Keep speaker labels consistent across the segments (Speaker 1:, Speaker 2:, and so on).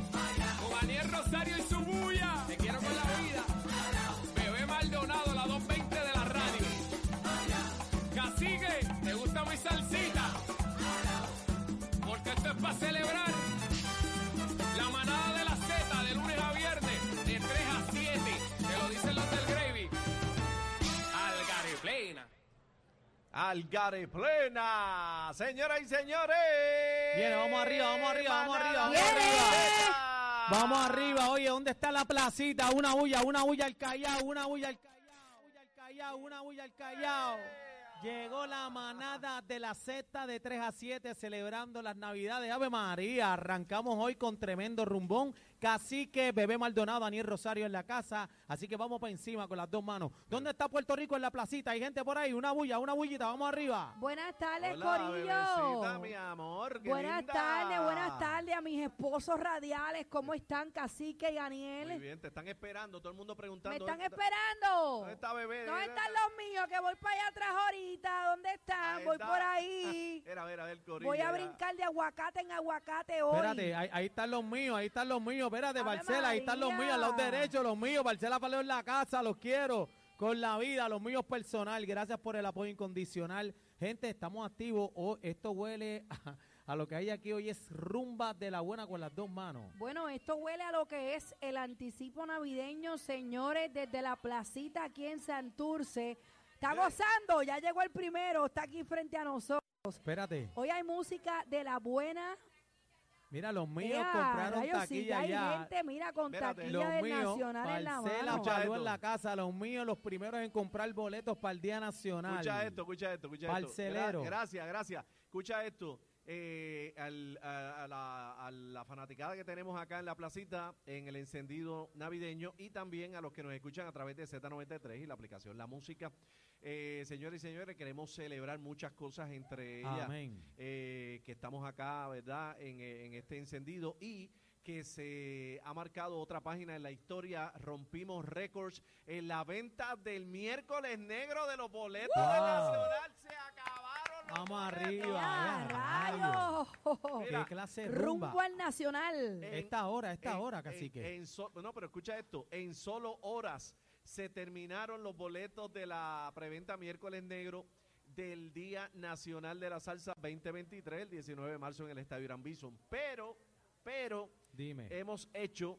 Speaker 1: Daniel Rosario y su bulla. Te quiero con la vida. Bebé Maldonado, la 220 de la radio. Cacique, ¿te gusta mi salsita? Porque esto es para celebrar. La manada de la Z, de lunes a viernes, de 3 a 7. Te lo dicen los del Gravy. Algareplena.
Speaker 2: Algaré plena, señoras y señores.
Speaker 3: Viene, vamos arriba, vamos arriba, vamos arriba, vamos
Speaker 2: Manada
Speaker 3: arriba.
Speaker 2: completa.
Speaker 3: Vamos arriba, oye, ¿dónde está la placita? Una bulla, una bulla al callao, una bulla al callao, bulla al callao, una bulla al callao. Llegó la manada de la Z de 3 a 7 celebrando las navidades. Ave María, arrancamos hoy con tremendo rumbón. Cacique, Bebé Maldonado, Daniel Rosario en la casa. Así que vamos para encima con las dos manos. ¿Dónde está Puerto Rico en la placita? Hay gente por ahí, una bulla, una bullita, vamos arriba.
Speaker 4: Buenas tardes,
Speaker 2: Hola, bebecita,
Speaker 4: Corillo.
Speaker 2: mi amor. qué
Speaker 4: Buenas
Speaker 2: linda.
Speaker 4: tardes, buenas tardes a mis esposos radiales. ¿Cómo están, Cacique y
Speaker 2: Muy
Speaker 4: Daniel?
Speaker 2: bien, te están esperando, todo el mundo preguntando.
Speaker 4: Me están
Speaker 2: ¿dónde está-
Speaker 4: esperando.
Speaker 2: ¿Dónde está bebé?
Speaker 4: ¿Dónde están los míos? Que voy para allá atrás ahorita. ¿Dónde están?
Speaker 2: Ahí
Speaker 4: Voy
Speaker 2: está.
Speaker 4: por ahí.
Speaker 2: Era, era, el corillo.
Speaker 4: Voy a
Speaker 2: era.
Speaker 4: brincar de aguacate en aguacate hoy.
Speaker 3: Espérate, ahí, ahí están los míos, ahí están los míos, espérate,
Speaker 4: Ave
Speaker 3: Barcela, ahí están los míos, al lado
Speaker 4: María.
Speaker 3: derecho, los míos, Barcela Paleo en la casa, los quiero, con la vida, los míos personal, gracias por el apoyo incondicional. Gente, estamos activos, oh, esto huele a, a lo que hay aquí hoy, es rumba de la buena con las dos manos.
Speaker 4: Bueno, esto huele a lo que es el anticipo navideño, señores, desde la placita aquí en Santurce. Está gozando, ya llegó el primero, está aquí frente a nosotros.
Speaker 3: Espérate,
Speaker 4: Hoy hay música de la buena,
Speaker 3: mira, los míos
Speaker 4: Ea,
Speaker 3: compraron
Speaker 4: rayos, sí, ya
Speaker 3: taquilla
Speaker 4: Hay
Speaker 3: ya.
Speaker 4: gente, mira, con
Speaker 2: Espérate.
Speaker 4: taquilla
Speaker 3: Los
Speaker 4: del
Speaker 3: míos,
Speaker 4: Nacional en la
Speaker 3: Barcela
Speaker 4: mano.
Speaker 2: Escucha
Speaker 3: Paleo
Speaker 2: esto.
Speaker 3: en la casa, los míos, los primeros en comprar boletos para el Día Nacional.
Speaker 2: Escucha esto, escucha esto, escucha esto.
Speaker 3: Parcelero.
Speaker 2: Gra- Gracias, gracias. Escucha esto. eh, al- a, a la, a la fanaticada que tenemos acá en la placita, en el encendido navideño y también a los que nos escuchan a través de Z93 y la aplicación La Música. Eh, señores y señores, queremos celebrar muchas cosas entre ellas.
Speaker 3: Amén.
Speaker 2: eh, que estamos acá, ¿verdad? En, eh, en este encendido y que se ha marcado otra página en la historia. Rompimos récords en la venta del miércoles negro de los boletos de
Speaker 3: Wow.
Speaker 2: Nacional. Se acabaron los
Speaker 3: Vamos
Speaker 2: boletos.
Speaker 3: arriba.
Speaker 4: ¡Ea,
Speaker 3: Ay,
Speaker 4: rayos!
Speaker 2: Mira,
Speaker 3: ¿Qué clase de Este rumba?
Speaker 4: Rumbo al Nacional.
Speaker 2: Eh,
Speaker 3: Esta hora, esta
Speaker 2: En-
Speaker 3: hora,
Speaker 2: en-
Speaker 3: cacique.
Speaker 2: en so- no, pero escucha esto. En solo horas se terminaron los boletos de la preventa miércoles negro del Día Nacional de la Salsa 2023, el 19 de marzo en el Estadio Irán Bison. Pero, pero
Speaker 3: Dime,
Speaker 2: hemos hecho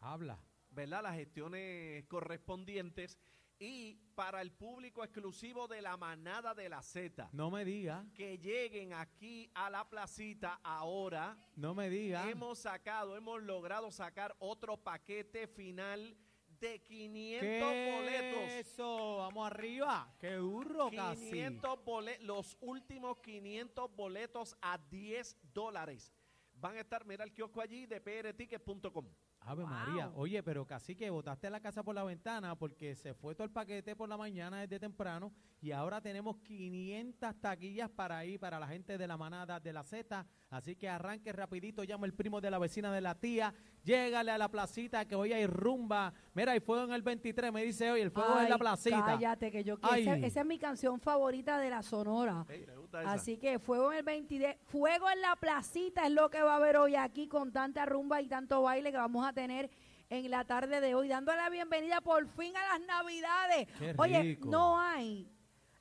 Speaker 3: habla.
Speaker 2: ¿verdad? las gestiones correspondientes y para el público exclusivo de la manada de la Z,
Speaker 3: No me diga,
Speaker 2: que lleguen aquí a la placita ahora.
Speaker 3: no me diga.
Speaker 2: Hemos sacado, hemos logrado sacar otro paquete final de 500
Speaker 3: ¿Qué
Speaker 2: boletos.
Speaker 3: eso? Vamos arriba. Qué duro, casi.
Speaker 2: 500 boletos, los últimos 500 boletos a 10 dólares. Van a estar, mira el kiosco allí de prtickets.com.
Speaker 3: Ave
Speaker 4: Wow.
Speaker 3: María. Oye, pero casi que botaste la casa por la ventana porque se fue todo el paquete por la mañana desde temprano y ahora tenemos 500 taquillas para ahí, para la gente de la manada de la Z. Así que arranque rapidito, llama el primo de la vecina de la tía, llégale a la placita que hoy hay rumba. Mira, hay fuego en el 23, me dice hoy, el fuego es en la
Speaker 4: Ay,
Speaker 3: placita.
Speaker 4: Cállate, que yo quiero.
Speaker 3: Ay.
Speaker 4: Esa, esa es mi canción favorita de la Sonora.
Speaker 2: Ey, ¿le gusta esa?
Speaker 4: Así que fuego en el 23, fuego en la placita es lo que va a haber hoy aquí con tanta rumba y tanto baile que vamos a tener en la tarde de hoy, dando la bienvenida por fin a las Navidades.
Speaker 3: Qué
Speaker 4: Oye,
Speaker 3: rico.
Speaker 4: no hay,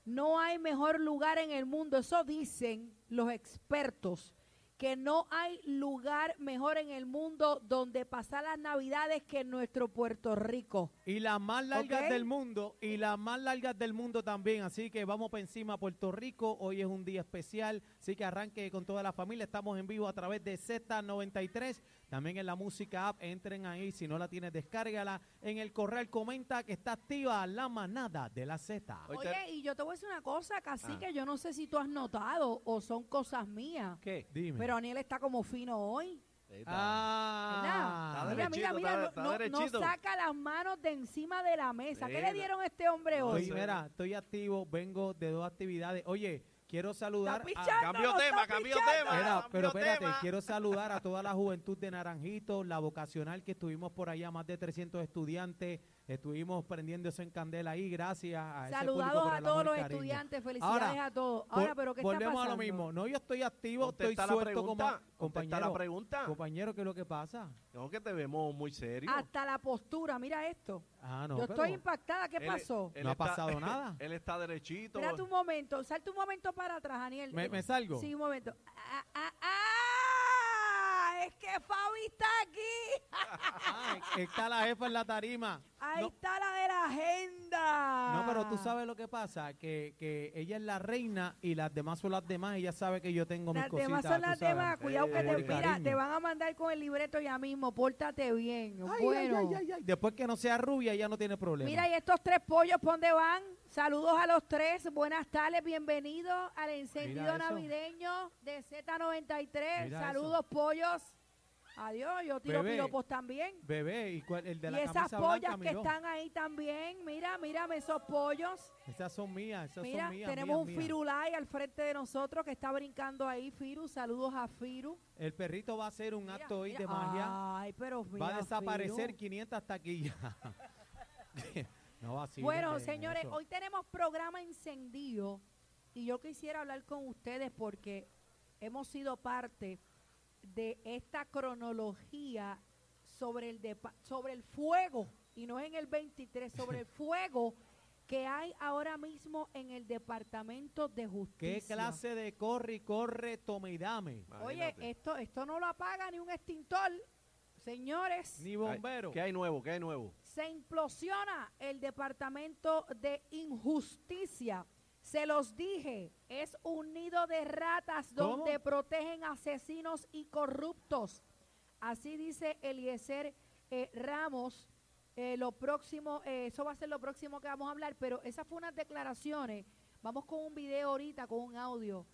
Speaker 4: no hay mejor lugar en el mundo, eso dicen los expertos, que no hay lugar mejor en el mundo donde pasar las Navidades que en nuestro Puerto Rico.
Speaker 3: Y las más largas
Speaker 4: Ok.
Speaker 3: del mundo, y las más largas del mundo también. Así que vamos para encima, Puerto Rico. Hoy es un día especial, así que arranque con toda la familia. Estamos en vivo a través de Z93, también en la música app. Entren ahí, si no la tienes, descárgala. En el correo comenta que está activa la manada de la Z.
Speaker 2: Oye,
Speaker 4: Oye, y yo te voy a decir una cosa, casi que yo no sé si tú has notado o son cosas mías,
Speaker 2: ¿Qué?
Speaker 3: Dime.
Speaker 4: pero Aniel está como fino hoy.
Speaker 2: Ahí está.
Speaker 3: ah,
Speaker 4: Mira, mira,
Speaker 2: derechito,
Speaker 4: mira,
Speaker 2: está-
Speaker 4: no-
Speaker 2: está
Speaker 4: no, no
Speaker 2: derechito.
Speaker 4: saca las manos de encima de la mesa. ¿Qué
Speaker 2: Mira.
Speaker 4: le dieron a este hombre
Speaker 2: No,
Speaker 4: hoy?
Speaker 3: Estoy,
Speaker 2: sí.
Speaker 3: mira, estoy activo, vengo de dos actividades. Oye, quiero saludar
Speaker 4: Está
Speaker 3: a...
Speaker 4: pichando.
Speaker 2: Cambió
Speaker 4: no,
Speaker 2: Ah, tema,
Speaker 4: está
Speaker 2: cambió
Speaker 4: pichando.
Speaker 2: tema.
Speaker 3: Espera, pero
Speaker 2: cambió
Speaker 3: espérate,
Speaker 2: tema.
Speaker 3: quiero saludar a toda la juventud de Naranjito, la vocacional que estuvimos por allá, más de 300 estudiantes, estuvimos prendiendo eso en candela ahí, gracias a ese público
Speaker 4: Saludados
Speaker 3: por
Speaker 4: a
Speaker 3: el
Speaker 4: todos
Speaker 3: amor y
Speaker 4: los
Speaker 3: cariño.
Speaker 4: estudiantes, felicidades
Speaker 3: Ahora,
Speaker 4: a todos. Ahora,
Speaker 3: Vol-
Speaker 4: pero ¿qué está
Speaker 3: Volvemos
Speaker 4: pasando?
Speaker 3: a lo mismo, no, yo estoy activo, estoy
Speaker 2: Contesta la
Speaker 3: suelto como...
Speaker 2: pregunta. Contesta la
Speaker 3: Compañero,
Speaker 2: pregunta.
Speaker 3: compañero, ¿qué es lo que pasa?
Speaker 2: No, que te vemos muy serio.
Speaker 4: Hasta la postura, mira esto.
Speaker 3: Ah, no,
Speaker 4: Yo
Speaker 3: pero
Speaker 4: estoy impactada, ¿qué
Speaker 2: Él-
Speaker 4: pasó?
Speaker 2: él
Speaker 3: No ha
Speaker 2: está-
Speaker 3: pasado nada.
Speaker 2: Él está derechito.
Speaker 4: Espérate un momento, salta un momento para atrás, Daniel.
Speaker 3: ¿Me, me salgo?
Speaker 4: Sí, un momento. Ah, ah, ah, es que Fabi está aquí.
Speaker 3: Ah, está la jefa en la tarima.
Speaker 4: Ahí
Speaker 3: No,
Speaker 4: está la de la agenda.
Speaker 3: No, pero tú sabes lo que pasa, que, que ella es la reina y las demás son las demás, ella sabe que yo tengo mis
Speaker 4: Las
Speaker 3: cositas.
Speaker 4: demás son
Speaker 3: tú
Speaker 4: las
Speaker 3: sabes.
Speaker 4: demás. Cuidado que
Speaker 3: amor
Speaker 4: te,
Speaker 3: y
Speaker 4: mira,
Speaker 3: cariño.
Speaker 4: te van a mandar con el libreto ya mismo. Pórtate bien.
Speaker 3: Ay, ay,
Speaker 4: bueno.
Speaker 3: ay, ay, ay. Después que no sea rubia, ya no tiene problema.
Speaker 4: Mira, y estos tres pollos, ¿por dónde van? Saludos a los tres. Buenas tardes. Bienvenidos al encendido
Speaker 3: eso.
Speaker 4: navideño de Z93.
Speaker 3: Mira
Speaker 4: Saludos, pollos. Adiós. Yo tiro
Speaker 3: Bebé.
Speaker 4: piropos también.
Speaker 3: Bebé, ¿y cuál- el de
Speaker 4: Y
Speaker 3: la
Speaker 4: esas
Speaker 3: camisa
Speaker 4: pollas
Speaker 3: blanca,
Speaker 4: que
Speaker 3: miró?
Speaker 4: están ahí también. Mira, mírame esos pollos.
Speaker 3: Esas son mías, esas
Speaker 4: Mira,
Speaker 3: son mías.
Speaker 4: tenemos
Speaker 3: mías,
Speaker 4: un
Speaker 3: mías.
Speaker 4: Firulai al frente de nosotros que está brincando ahí, Firu. Saludos a Firu.
Speaker 3: El perrito va a hacer un
Speaker 4: Mira,
Speaker 3: acto hoy
Speaker 4: mira.
Speaker 3: de magia.
Speaker 4: Ay, pero
Speaker 3: va
Speaker 4: mira,
Speaker 3: a desaparecer
Speaker 4: Firu.
Speaker 3: 500 taquillas. no va así.
Speaker 4: bueno, señores, hoy tenemos programa encendido y yo quisiera hablar con ustedes porque hemos sido parte de esta cronología sobre el, depa- sobre el fuego, y no es en el 23, sobre el fuego que hay ahora mismo en el Departamento de
Speaker 3: ¿Qué
Speaker 4: Justicia.
Speaker 3: clase de corre y corre, tome y dame?
Speaker 4: Oye, esto, esto no lo apaga ni un extintor, señores.
Speaker 3: Ni bombero.
Speaker 2: ¿Qué hay nuevo? ¿Qué hay nuevo?
Speaker 4: se implosiona el Departamento de Injusticia. Se los dije, es un nido de ratas
Speaker 3: ¿Cómo?
Speaker 4: donde protegen asesinos y corruptos. Así dice Eliezer eh, Ramos. Eh, lo próximo, eh, eso va a ser lo próximo que vamos a hablar, pero esas fueron unas declaraciones. Vamos con un video ahorita, con un audio.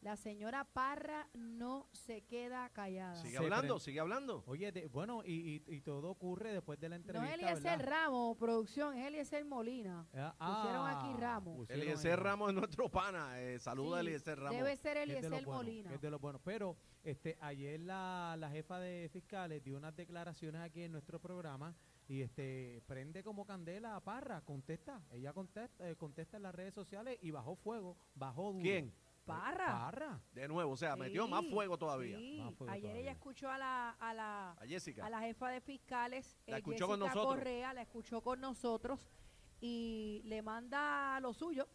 Speaker 4: La señora Parra no se queda callada.
Speaker 2: Sigue
Speaker 3: Se
Speaker 2: hablando,
Speaker 3: prende.
Speaker 2: sigue hablando.
Speaker 3: Oye, de- bueno, y, y- y todo ocurre después de la
Speaker 4: No es
Speaker 3: entrevista,
Speaker 4: Eliezer
Speaker 3: ¿verdad?
Speaker 4: Ramos, producción, es Eliezer Molina.
Speaker 3: Ah,
Speaker 4: Pusieron
Speaker 3: ah,
Speaker 4: aquí Ramos.
Speaker 3: pusieron ahí.
Speaker 2: Eliezer E Ramos es nuestro pana. eh, saluda a
Speaker 4: Sí,
Speaker 2: Eliezer Ramos.
Speaker 4: Debe ser
Speaker 3: que es de
Speaker 4: Eliezer
Speaker 3: los buenos,
Speaker 4: Molina.
Speaker 3: que es de los buenos. Pero este, ayer la, la jefa de fiscales dio unas declaraciones aquí en nuestro programa y este prende como candela a Parra, contesta. Ella contesta, eh, contesta en las redes sociales y bajó fuego, bajó duro.
Speaker 2: ¿Quién?
Speaker 4: Parra.
Speaker 3: Parra.
Speaker 2: De nuevo, o sea, metió más
Speaker 4: Sí,
Speaker 2: fuego todavía.
Speaker 4: sí.
Speaker 3: Más fuego
Speaker 4: Ayer
Speaker 3: todavía.
Speaker 4: ella escuchó a la, a la,
Speaker 2: A Jessica.
Speaker 4: a la jefa de fiscales,
Speaker 2: La
Speaker 4: eh,
Speaker 2: escuchó con
Speaker 4: Jessica
Speaker 2: nosotros.
Speaker 4: Correa, la escuchó con nosotros y le manda lo suyo.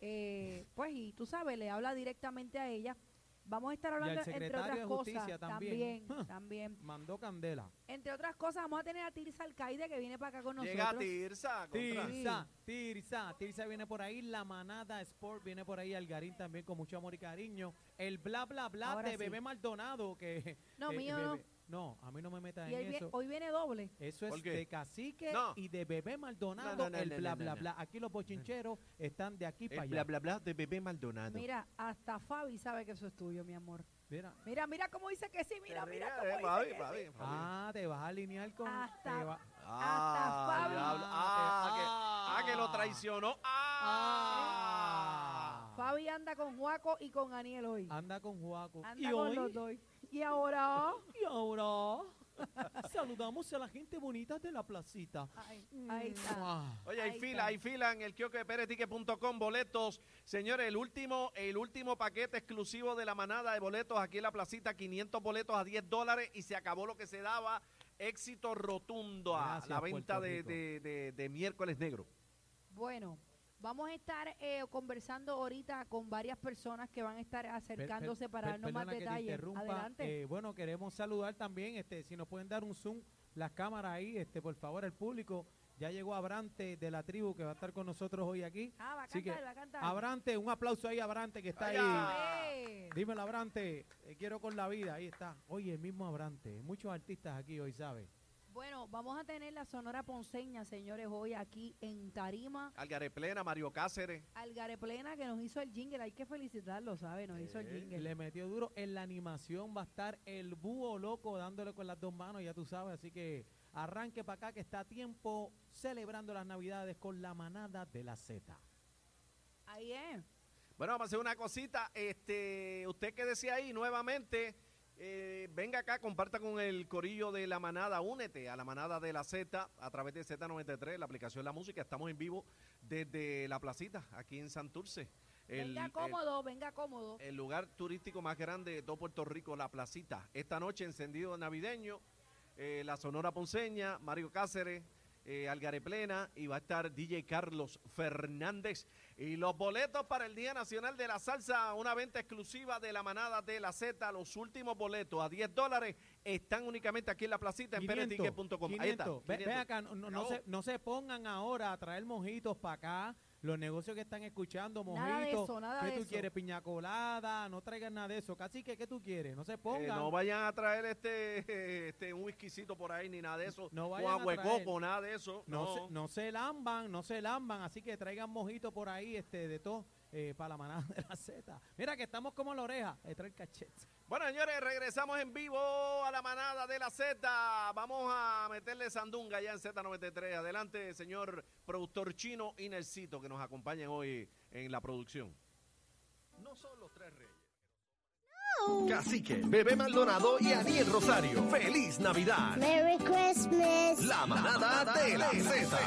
Speaker 4: eh, pues, y tú sabes, le habla directamente a ella. Vamos a estar
Speaker 3: al
Speaker 4: hablando, entre
Speaker 3: secretario
Speaker 4: otras
Speaker 3: de Justicia
Speaker 4: cosas,
Speaker 3: también.
Speaker 4: también,
Speaker 3: Huh.
Speaker 4: también.
Speaker 3: Mandó candela.
Speaker 4: Entre otras cosas, vamos a tener a Tirsa Alcaide que viene para acá con nosotros.
Speaker 2: Llega Tirsa. contra-
Speaker 3: Tirsa, Tirsa, Tirsa viene por ahí, la manada Sport viene por ahí, Algarín también con mucho amor y cariño, el bla bla bla
Speaker 4: Ahora
Speaker 3: de
Speaker 4: sí.
Speaker 3: Bebé Maldonado que
Speaker 4: No,
Speaker 3: eh,
Speaker 4: mío
Speaker 3: Bebé- no, a mí no me metas
Speaker 4: Y
Speaker 3: en
Speaker 4: él vie-
Speaker 3: eso.
Speaker 4: hoy viene doble.
Speaker 3: Eso
Speaker 2: ¿Por
Speaker 3: es
Speaker 2: qué?
Speaker 3: de Cacique
Speaker 2: No.
Speaker 3: y de Bebé Maldonado,
Speaker 2: No, no, no,
Speaker 3: el
Speaker 2: no,
Speaker 3: bla,
Speaker 2: no,
Speaker 3: bla,
Speaker 2: no.
Speaker 3: bla. Aquí los bochincheros están de aquí
Speaker 2: El
Speaker 3: para allá.
Speaker 2: bla, bla, bla de Bebé Maldonado.
Speaker 4: Mira, hasta Fabi sabe que eso es tuyo, mi amor.
Speaker 3: Mira.
Speaker 4: Mira, mira cómo dice que sí, mira,
Speaker 2: Te
Speaker 4: mira
Speaker 2: ríes,
Speaker 4: cómo
Speaker 2: eh,
Speaker 4: dice
Speaker 2: Fabi,
Speaker 4: que sí.
Speaker 2: Fabi, Fabi.
Speaker 3: Ah, te vas a alinear con...
Speaker 4: Hasta-
Speaker 3: te va- Ah,
Speaker 4: hasta Fabi.
Speaker 2: diablo. Ah, que, ah, que lo traicionó. Ah.
Speaker 3: Ah.
Speaker 4: Fabi anda con Juaco y con Aniel hoy.
Speaker 3: Anda con Juaco.
Speaker 4: Anda
Speaker 3: Ah, y
Speaker 4: con
Speaker 3: hoy,
Speaker 4: los dos. Y ahora,
Speaker 3: y ahora, saludamos a la gente bonita de la placita. Ah.
Speaker 4: ay, ahí está.
Speaker 3: Mua.
Speaker 2: Oye, hay
Speaker 4: Ahí
Speaker 2: fila,
Speaker 4: está.
Speaker 2: hay fila en el kiosco de peretique.com, boletos. Señores, el último, el último paquete exclusivo de la manada de boletos aquí en la placita, 500 boletos a 10 dólares y se acabó lo que se daba. Éxito rotundo a
Speaker 3: Gracias,
Speaker 2: la venta
Speaker 3: Puerto
Speaker 2: de,
Speaker 3: Rico.
Speaker 2: de- de- de miércoles negro.
Speaker 4: Bueno, vamos a estar eh, conversando ahorita con varias personas que van a estar
Speaker 3: Per- per-
Speaker 4: acercándose para
Speaker 3: per-
Speaker 4: darnos más
Speaker 3: perdona que te
Speaker 4: detalles.
Speaker 3: interrumpa.
Speaker 4: Adelante.
Speaker 3: Eh, bueno, queremos saludar también, este, si nos pueden dar un zoom, las cámaras ahí, este, por favor, el público. Ya llegó Abrante de la tribu que va a estar con nosotros hoy aquí.
Speaker 4: ah, va a
Speaker 3: así que,
Speaker 4: cantar, va a cantar.
Speaker 3: Abrante, un aplauso ahí, Abrante, que está ahí.
Speaker 2: Allá.
Speaker 4: Eh,
Speaker 3: Dímelo, eh, Abrante, te quiero con la vida, ahí está. Oye, el mismo Abrante, muchos artistas aquí hoy, ¿sabes?
Speaker 4: Bueno, vamos a tener la Sonora Ponceña, señores, hoy aquí en Tarima.
Speaker 2: Algareplena, Mario Cáceres.
Speaker 4: Algareplena que nos hizo el jingle, hay que felicitarlo, ¿sabes? Nos hizo el
Speaker 2: Sí.
Speaker 4: jingle.
Speaker 3: Eh, Le metió duro. En la animación va a estar el búho loco dándole con las dos manos, ya tú sabes. Así que arranque para acá que está a tiempo celebrando las navidades con la manada de la Z.
Speaker 4: Ahí es.
Speaker 2: Bueno, vamos a hacer una cosita. Este, usted que decía ahí nuevamente, eh, venga acá, comparta con el corillo de la manada, únete a la manada de la Z a través de Z93, la aplicación La Música. Estamos en vivo desde la placita, aquí en Santurce. El-
Speaker 4: venga
Speaker 2: el-
Speaker 4: cómodo, venga cómodo.
Speaker 2: el lugar turístico más grande de todo Puerto Rico, La Placita. Esta noche, encendido navideño, eh, la Sonora Ponceña, Mario Cáceres, eh, Algaré Plena y va a estar DJ Carlos Fernández. Y los boletos para el Día Nacional de la Salsa, una venta exclusiva de la manada de la Z. Los últimos boletos a 10 dólares están únicamente aquí en La Placita, en
Speaker 3: 500,
Speaker 2: peneticket.com. Ahí está.
Speaker 3: 500. Ve, ve
Speaker 2: 500.
Speaker 3: acá, no, no- no
Speaker 2: Acabó.
Speaker 3: se, no se pongan ahora a traer mojitos para acá. Los negocios que están escuchando, mojitos.
Speaker 4: Nada de eso, nada
Speaker 3: ¿Qué
Speaker 4: de
Speaker 3: tú
Speaker 4: eso.
Speaker 3: quieres? Piña colada, no traigan nada de eso. Casi que, ¿qué tú quieres? No se
Speaker 2: Eh,
Speaker 3: pongan.
Speaker 2: no vayan a traer este, este un whiskycito por ahí ni nada de eso.
Speaker 3: No
Speaker 2: o
Speaker 3: vayan a
Speaker 2: agua de
Speaker 3: traer.
Speaker 2: coco, nada de eso.
Speaker 3: No, Se, no se lamban, no se lamban, así que traigan mojitos por ahí, este, de todo, eh, para la manada de la Z. Mira que estamos como la oreja, eh, trae el cachete.
Speaker 2: Bueno, señores, regresamos en vivo a la manada de la Z. Vamos a meterle sandunga ya en Z93. Adelante, señor productor chino y Nercito, que nos acompañen hoy en la producción.
Speaker 5: No Cacique, Bebé Maldonado y Aniel Rosario. ¡Feliz Navidad!
Speaker 6: Merry Christmas.
Speaker 5: La manada de la Z.